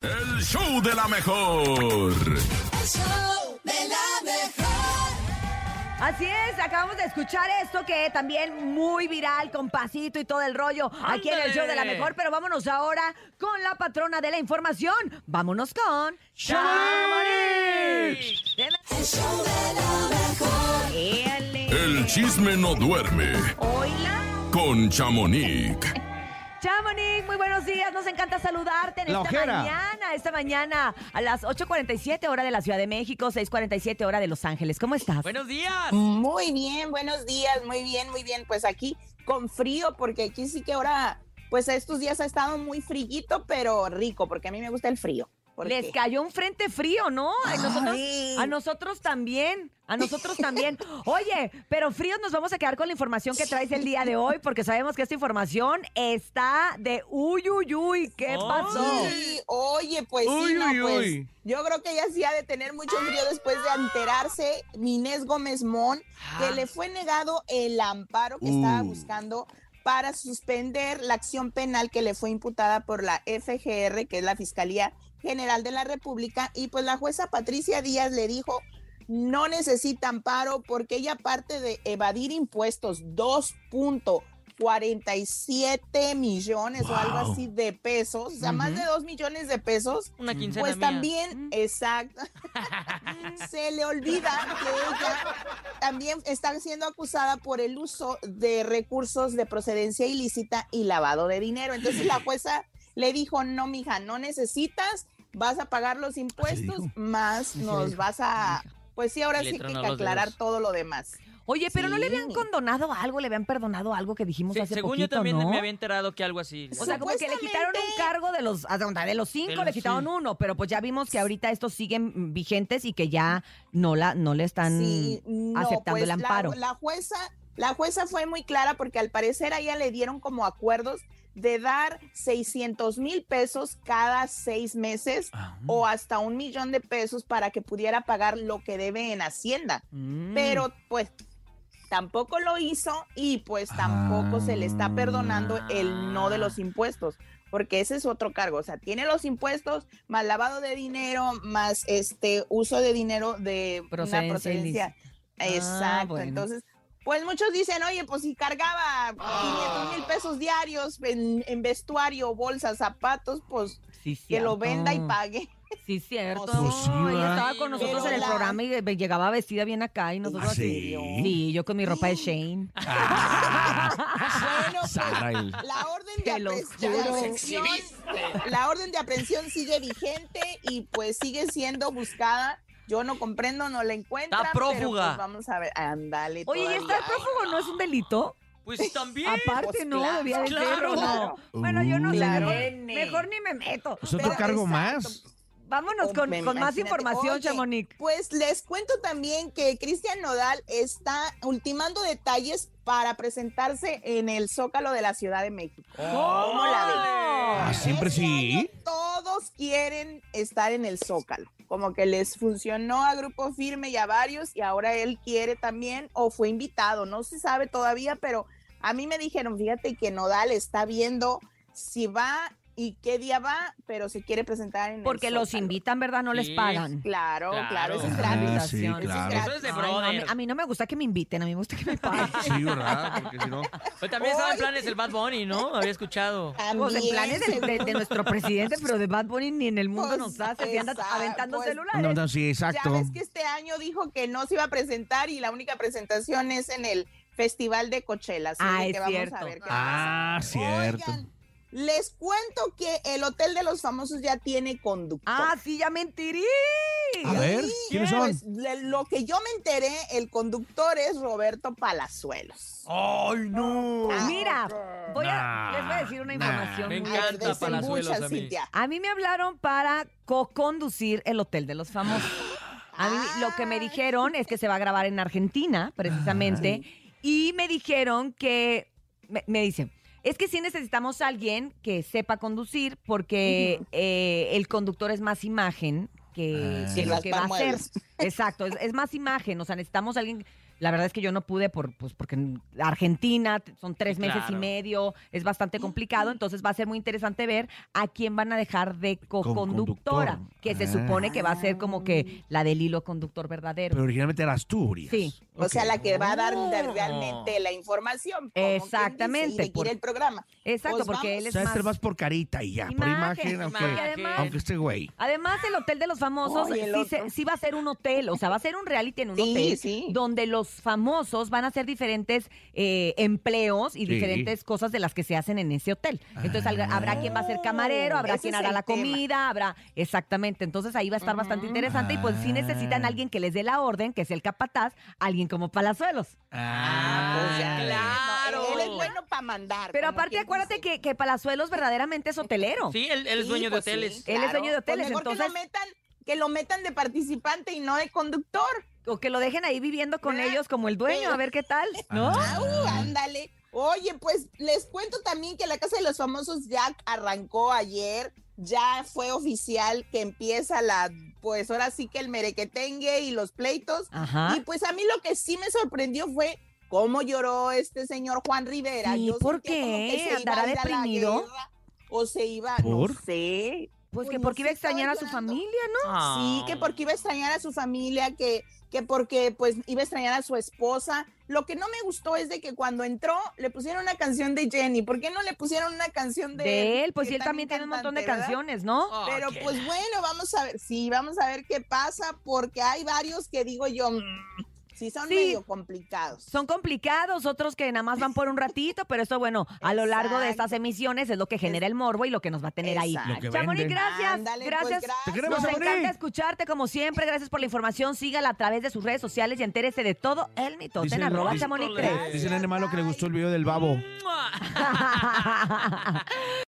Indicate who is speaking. Speaker 1: El show de la mejor.
Speaker 2: Así es, acabamos de escuchar esto que también muy viral, con pasito y todo el rollo aquí en el show de la mejor, pero vámonos ahora con la patrona de la información. Vámonos con Chamonix.
Speaker 1: El chisme no duerme
Speaker 2: Hola,
Speaker 1: con Chamonix.
Speaker 2: Chamonix, muy buenos días, nos encanta saludarte en
Speaker 3: La
Speaker 2: esta
Speaker 3: ojera.
Speaker 2: mañana, esta mañana a las 8:47 hora de la Ciudad de México, 6:47 hora de Los Ángeles. ¿Cómo estás?
Speaker 4: Buenos días.
Speaker 5: Muy bien, buenos días, muy bien, muy bien. Pues aquí con frío, porque aquí sí que ahora, pues estos días ha estado muy frillito, pero rico, porque a mí me gusta el frío. porque-
Speaker 2: Les cayó un frente frío, ¿no? A nosotros,
Speaker 5: Ay.
Speaker 2: a nosotros también, a nosotros también. Oye, pero fríos nos vamos a quedar con la información que traes el día de hoy, porque sabemos que esta información está de uy, uy, uy, ¿qué
Speaker 4: Ay.
Speaker 2: pasó?
Speaker 5: Sí, oye, pues sí,
Speaker 3: Uy,
Speaker 5: no,
Speaker 3: uy,
Speaker 5: pues,
Speaker 3: uy.
Speaker 5: yo creo que ella sí ha de tener mucho frío después de enterarse, Inés Gómez Mon,
Speaker 3: Ah.
Speaker 5: que le fue negado el amparo que estaba
Speaker 1: Uh.
Speaker 5: buscando para suspender la acción penal que le fue imputada por la FGR, que es la Fiscalía General de la República, y pues la jueza Patricia Díaz le dijo, no necesita amparo porque ella aparte de evadir impuestos 2.47 millones o algo
Speaker 1: Wow.
Speaker 5: así de pesos, o sea, más de 2 millones de pesos,
Speaker 4: Una quincena
Speaker 5: pues
Speaker 4: mía.
Speaker 5: también, exacto, se le olvida que ella también está siendo acusada por el uso de recursos de procedencia ilícita y lavado de dinero. Entonces la jueza le dijo, no, mija, no necesitas, vas a pagar los impuestos,
Speaker 1: dijo.
Speaker 5: más
Speaker 4: le
Speaker 5: nos
Speaker 4: dijo,
Speaker 5: vas a, pues sí, ahora
Speaker 4: Y le
Speaker 5: sí que,
Speaker 4: tronó
Speaker 5: que
Speaker 4: los
Speaker 5: aclarar
Speaker 4: dedos.
Speaker 5: todo lo demás.
Speaker 2: Oye, pero no le habían
Speaker 5: Sí.
Speaker 2: condonado algo, le habían perdonado algo que dijimos
Speaker 4: Se-
Speaker 2: hace
Speaker 4: según yo
Speaker 2: poquito,
Speaker 4: también
Speaker 2: ¿no?
Speaker 4: me había enterado que algo así.
Speaker 2: O sea, como que le quitaron un
Speaker 5: Supuestamente-
Speaker 2: cargo de los, ¿a dónde? de los cinco,
Speaker 4: De los-
Speaker 2: le quitaron
Speaker 4: sí.
Speaker 2: uno, pero pues ya vimos que ahorita estos siguen vigentes y que ya no la, no le están
Speaker 5: Sí, no,
Speaker 2: aceptando
Speaker 5: pues,
Speaker 2: el
Speaker 5: la-
Speaker 2: amparo.
Speaker 5: La, jueza, la jueza fue muy clara porque al parecer a ella le dieron como acuerdos de dar 600 mil pesos cada seis meses
Speaker 2: Ah.
Speaker 5: o hasta un millón de pesos para que pudiera pagar lo que debe en Hacienda.
Speaker 4: Mm.
Speaker 5: Pero pues tampoco lo hizo y pues tampoco se le está perdonando el no de
Speaker 2: Ah.
Speaker 5: los impuestos. Porque ese es otro cargo, o sea, tiene los impuestos más lavado de dinero, más este uso de dinero de
Speaker 2: Procedencia Ah,
Speaker 5: una procedencia. Exacto.
Speaker 2: bueno.
Speaker 5: Entonces, pues muchos dicen, oye, pues si cargaba 500 mil pesos diarios en, en vestuario, bolsas, zapatos, pues
Speaker 2: Sí,
Speaker 5: que
Speaker 2: cierto.
Speaker 5: lo venda y pague.
Speaker 2: Sí, cierto.
Speaker 5: Pues
Speaker 1: sí,
Speaker 2: Ella
Speaker 1: ¿verdad?
Speaker 2: estaba con nosotros
Speaker 5: Pero
Speaker 2: en el
Speaker 5: la-
Speaker 2: programa y ve- llegaba vestida bien acá y nosotros
Speaker 1: ¿Ah, sí?
Speaker 2: así. Sí, yo con mi ropa de Shane.
Speaker 5: Bueno, pues,
Speaker 3: Sara, el-
Speaker 5: La orden, de
Speaker 2: Te lo
Speaker 5: apres- de
Speaker 2: juro.
Speaker 5: aprehensión- la orden de aprehensión sigue vigente y pues sigue siendo buscada. Yo no comprendo, no la encuentro.
Speaker 4: prófuga.
Speaker 5: vamos a ver, ándale.
Speaker 2: Oye, ¿y
Speaker 5: todavía.
Speaker 2: estar prófugo no es un delito?
Speaker 4: Pues también.
Speaker 2: Aparte,
Speaker 5: Pues
Speaker 2: no,
Speaker 5: claro,
Speaker 2: debía de
Speaker 4: claro.
Speaker 2: serlo, no. Bueno, yo no sé,
Speaker 5: Claro.
Speaker 2: mejor, mejor ni me meto.
Speaker 3: ¿Es otro
Speaker 5: Pero,
Speaker 3: cargo más?
Speaker 5: exacto.
Speaker 2: Vámonos con,
Speaker 5: Me
Speaker 2: con más
Speaker 5: imagínate.
Speaker 2: información,
Speaker 5: Oye,
Speaker 2: Chamonix.
Speaker 5: Pues les cuento también que Cristian Nodal está ultimando detalles para presentarse en el Zócalo de la Ciudad de México. ¿Cómo la ven?
Speaker 3: Ah, siempre
Speaker 5: Este
Speaker 3: sí.
Speaker 5: año todos quieren estar en el Zócalo. Como que les funcionó a Grupo Firme y a varios y ahora él quiere también o fue invitado, no se sabe todavía, pero a mí me dijeron, fíjate que Nodal está viendo si va y qué día va, pero se quiere presentar en el
Speaker 2: Porque los
Speaker 5: Zócalo.
Speaker 2: invitan, ¿verdad? No les
Speaker 4: Sí.
Speaker 2: pagan.
Speaker 5: Claro, claro,
Speaker 4: Claro.
Speaker 5: eso es
Speaker 2: Ah,
Speaker 5: gratis.
Speaker 2: gratis.
Speaker 3: sí,
Speaker 2: Eso es
Speaker 3: claro.
Speaker 4: pues Eso es de
Speaker 2: Ay, no, a, mí,
Speaker 4: brother.
Speaker 2: a mí no me gusta que me inviten, a mí me gusta que me paguen.
Speaker 3: Sí, ¿verdad? Porque si no...
Speaker 4: Pero también estaba en
Speaker 5: Oy.
Speaker 4: planes el Bad Bunny, ¿no? Había escuchado.
Speaker 2: Pues en
Speaker 5: También,
Speaker 2: planes de, de- de nuestro presidente, pero de Bad Bunny ni en el mundo
Speaker 5: Pues,
Speaker 2: nos hace. Se anda
Speaker 5: exacto,
Speaker 2: aventando
Speaker 5: pues,
Speaker 2: celulares.
Speaker 3: No, no, sí,
Speaker 5: Ya
Speaker 3: exacto.
Speaker 5: ves que este año dijo que no se iba a presentar y la única presentación es en el Festival de Coachella. Así
Speaker 2: Ah,
Speaker 5: de
Speaker 2: es
Speaker 5: que vamos
Speaker 2: cierto.
Speaker 5: a ver qué
Speaker 3: Ah,
Speaker 5: pasa.
Speaker 3: cierto.
Speaker 5: Oigan, les cuento que el Hotel de los Famosos ya tiene conductor.
Speaker 2: Ah, sí, ya mentirí.
Speaker 3: A ver,
Speaker 5: Sí,
Speaker 3: ¿quiénes son?
Speaker 5: pues, de lo que yo me enteré, el conductor es Roberto Palazuelos.
Speaker 3: ¡Ay, no!
Speaker 5: Ah,
Speaker 2: Mira, voy a,
Speaker 3: Nah,
Speaker 2: les voy a decir una
Speaker 3: nah.
Speaker 2: información.
Speaker 4: Me
Speaker 2: muy-
Speaker 5: A
Speaker 4: encanta
Speaker 5: ver, desembucha,
Speaker 4: Palazuelos a mí.
Speaker 5: Cintia.
Speaker 2: A mí me hablaron para co-conducir el Hotel de los Famosos. A mí lo que me
Speaker 5: Ah.
Speaker 2: dijeron es que se va a grabar en Argentina,
Speaker 3: Ah,
Speaker 2: precisamente. Y me dijeron que, me, me dicen, es que sí necesitamos a alguien que sepa conducir porque eh, el conductor es más imagen que,
Speaker 3: Ah.
Speaker 2: que
Speaker 3: Sí,
Speaker 2: lo
Speaker 5: las
Speaker 2: que va a hacer.
Speaker 5: manuales.
Speaker 2: Exacto, es, es más imagen. O sea, necesitamos a alguien La verdad es que yo no pude por, pues, porque en Argentina t- son tres
Speaker 4: Sí,
Speaker 2: meses y
Speaker 4: claro.
Speaker 2: medio, es bastante complicado, entonces va a ser muy interesante ver a quién van a dejar de co-conductora,
Speaker 3: Co-conductor.
Speaker 2: que se
Speaker 3: Ah.
Speaker 2: supone que va a ser como que la del hilo conductor verdadero.
Speaker 3: Pero originalmente eras tú, Urias.
Speaker 2: Sí.
Speaker 5: O sea, la que va a dar
Speaker 4: Oh.
Speaker 5: realmente la información. como quien dice,
Speaker 2: Exactamente,
Speaker 5: Y dirigir
Speaker 2: por-
Speaker 5: el programa.
Speaker 2: Exacto,
Speaker 5: Pues
Speaker 2: porque
Speaker 5: vamos.
Speaker 2: él
Speaker 3: O
Speaker 2: es
Speaker 3: sea,
Speaker 2: más...
Speaker 3: este vas por carita y ya, por imagen, aunque,
Speaker 2: porque además-
Speaker 3: aunque este güey.
Speaker 2: Además, el Hotel de los Famosos
Speaker 5: Oye, el
Speaker 2: sí, se-
Speaker 5: otro.
Speaker 2: sí va a ser un hotel, o sea, va a ser un reality en un
Speaker 5: Sí,
Speaker 2: hotel
Speaker 5: sí.
Speaker 2: donde los famosos van a hacer diferentes eh, empleos y
Speaker 3: Sí.
Speaker 2: diferentes cosas de las que se hacen en ese hotel. Entonces, al- habrá quien va a ser camarero, habrá
Speaker 5: Ah, Ese
Speaker 2: quien
Speaker 5: es
Speaker 2: hará
Speaker 5: el
Speaker 2: la
Speaker 5: tema. Ah.
Speaker 2: comida, habrá... Exactamente, entonces ahí va a estar bastante
Speaker 5: Ujú.
Speaker 2: interesante y pues sí necesitan
Speaker 3: Ah.
Speaker 2: alguien que les dé la orden, que es el capataz, alguien como Palazuelos.
Speaker 5: Pues
Speaker 4: Ah,
Speaker 5: ya,
Speaker 4: claro.
Speaker 5: no, Él es bueno para mandar.
Speaker 2: Pero
Speaker 5: como
Speaker 2: aparte,
Speaker 5: quien
Speaker 2: acuérdate
Speaker 5: dice.
Speaker 2: que, que Palazuelos verdaderamente es hotelero.
Speaker 4: Sí, él, él es
Speaker 5: Sí,
Speaker 4: dueño
Speaker 5: pues
Speaker 4: de
Speaker 5: sí,
Speaker 4: hoteles.
Speaker 2: Él es dueño de
Speaker 5: claro. Pues
Speaker 2: hoteles,
Speaker 5: mejor
Speaker 2: entonces-
Speaker 5: Que lo, metan, que lo metan de participante y no de conductor.
Speaker 2: O que lo dejen ahí viviendo con
Speaker 5: Ah,
Speaker 2: ellos como el dueño,
Speaker 5: pero-
Speaker 2: a ver qué tal, ¿no?
Speaker 3: Ah.
Speaker 5: Au, Uh, ándale. Oye, pues les cuento también que la Casa de los Famosos ya arrancó ayer. Ya fue oficial que empieza la, pues ahora sí que el merequetengue y los pleitos.
Speaker 2: Ajá.
Speaker 5: Y pues a mí lo que sí me sorprendió fue cómo lloró este señor Juan Rivera.
Speaker 2: Sí,
Speaker 5: Yo
Speaker 2: ¿por
Speaker 5: sentía como
Speaker 2: qué?
Speaker 5: que se iba
Speaker 2: ¿Andará
Speaker 5: a ir a la
Speaker 2: deprimido?
Speaker 5: guerra, O se iba, no
Speaker 3: ¿Por?
Speaker 5: sé.
Speaker 2: Pues que
Speaker 5: Pues,
Speaker 2: porque
Speaker 5: sí
Speaker 2: iba a
Speaker 5: estaba
Speaker 2: extrañar a su
Speaker 5: llorando.
Speaker 2: familia, ¿no?
Speaker 4: Ah.
Speaker 5: Sí, que porque iba a extrañar a su familia, que, que porque pues iba a extrañar a su esposa. Lo que no me gustó es de que cuando entró le pusieron una canción de Jenny. ¿Por qué no le pusieron una canción de,
Speaker 2: De él, pues
Speaker 5: que
Speaker 2: y él también tiene un montón de
Speaker 5: cantante, ¿verdad?
Speaker 2: canciones, ¿no?
Speaker 4: Ah,
Speaker 5: Pero
Speaker 4: qué
Speaker 5: pues
Speaker 4: la-
Speaker 5: bueno, vamos a ver, sí, vamos a ver qué pasa, porque hay varios que digo yo, si son
Speaker 2: Sí.
Speaker 5: medio complicados.
Speaker 2: Son complicados, otros que nada más van por un ratito, pero eso, bueno, a lo largo de estas
Speaker 5: Exacto.
Speaker 2: emisiones es lo que genera el morbo y lo que nos va a tener ahí.
Speaker 5: Exacto.
Speaker 3: Lo que
Speaker 2: Chamonix,
Speaker 3: venden.
Speaker 2: gracias.
Speaker 5: Ándale, pues,
Speaker 2: gracias.
Speaker 3: Te queremos,
Speaker 2: Nos
Speaker 3: Chamonix.
Speaker 2: encanta escucharte como siempre. Gracias por la información. Sígala a través de sus redes sociales y entérese de todo el mitote en
Speaker 3: Dicen-
Speaker 2: arroba
Speaker 3: dicen-
Speaker 2: Chamonix
Speaker 4: Híjole.
Speaker 3: Dice Nene Malo que le gustó el video del babo.
Speaker 4: ¡Mua!
Speaker 2: 3.